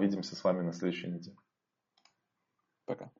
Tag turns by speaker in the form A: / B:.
A: увидимся с вами на следующей неделе.
B: Пока.